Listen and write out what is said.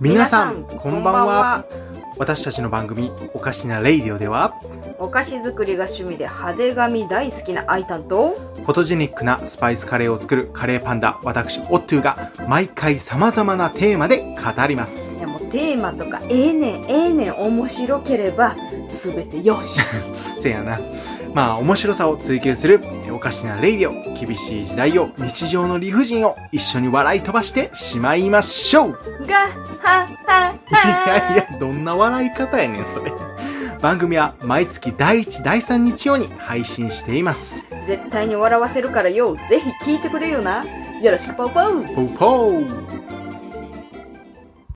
皆さんこんばんは私たちの番組「おかしなレイディオ」ではお菓子作りが趣味で派手髪大好きなアイタンとフォトジェニックなスパイスカレーを作るカレーパンダ私オットゥが毎回さまざまなテーマで語りますいやもうテーマとかええねんええねん面白ければ全てよ しせやなまあ面白さを追求するおかしなレイディオ厳しい時代を日常の理不尽を一緒に笑い飛ばしてしまいましょうがははいやいやどんな笑い方やねんそれ番組は毎月第1第3日曜に配信しています絶対に笑わせるからよぜひ聞いてくれよなよろしくパウパポウーポー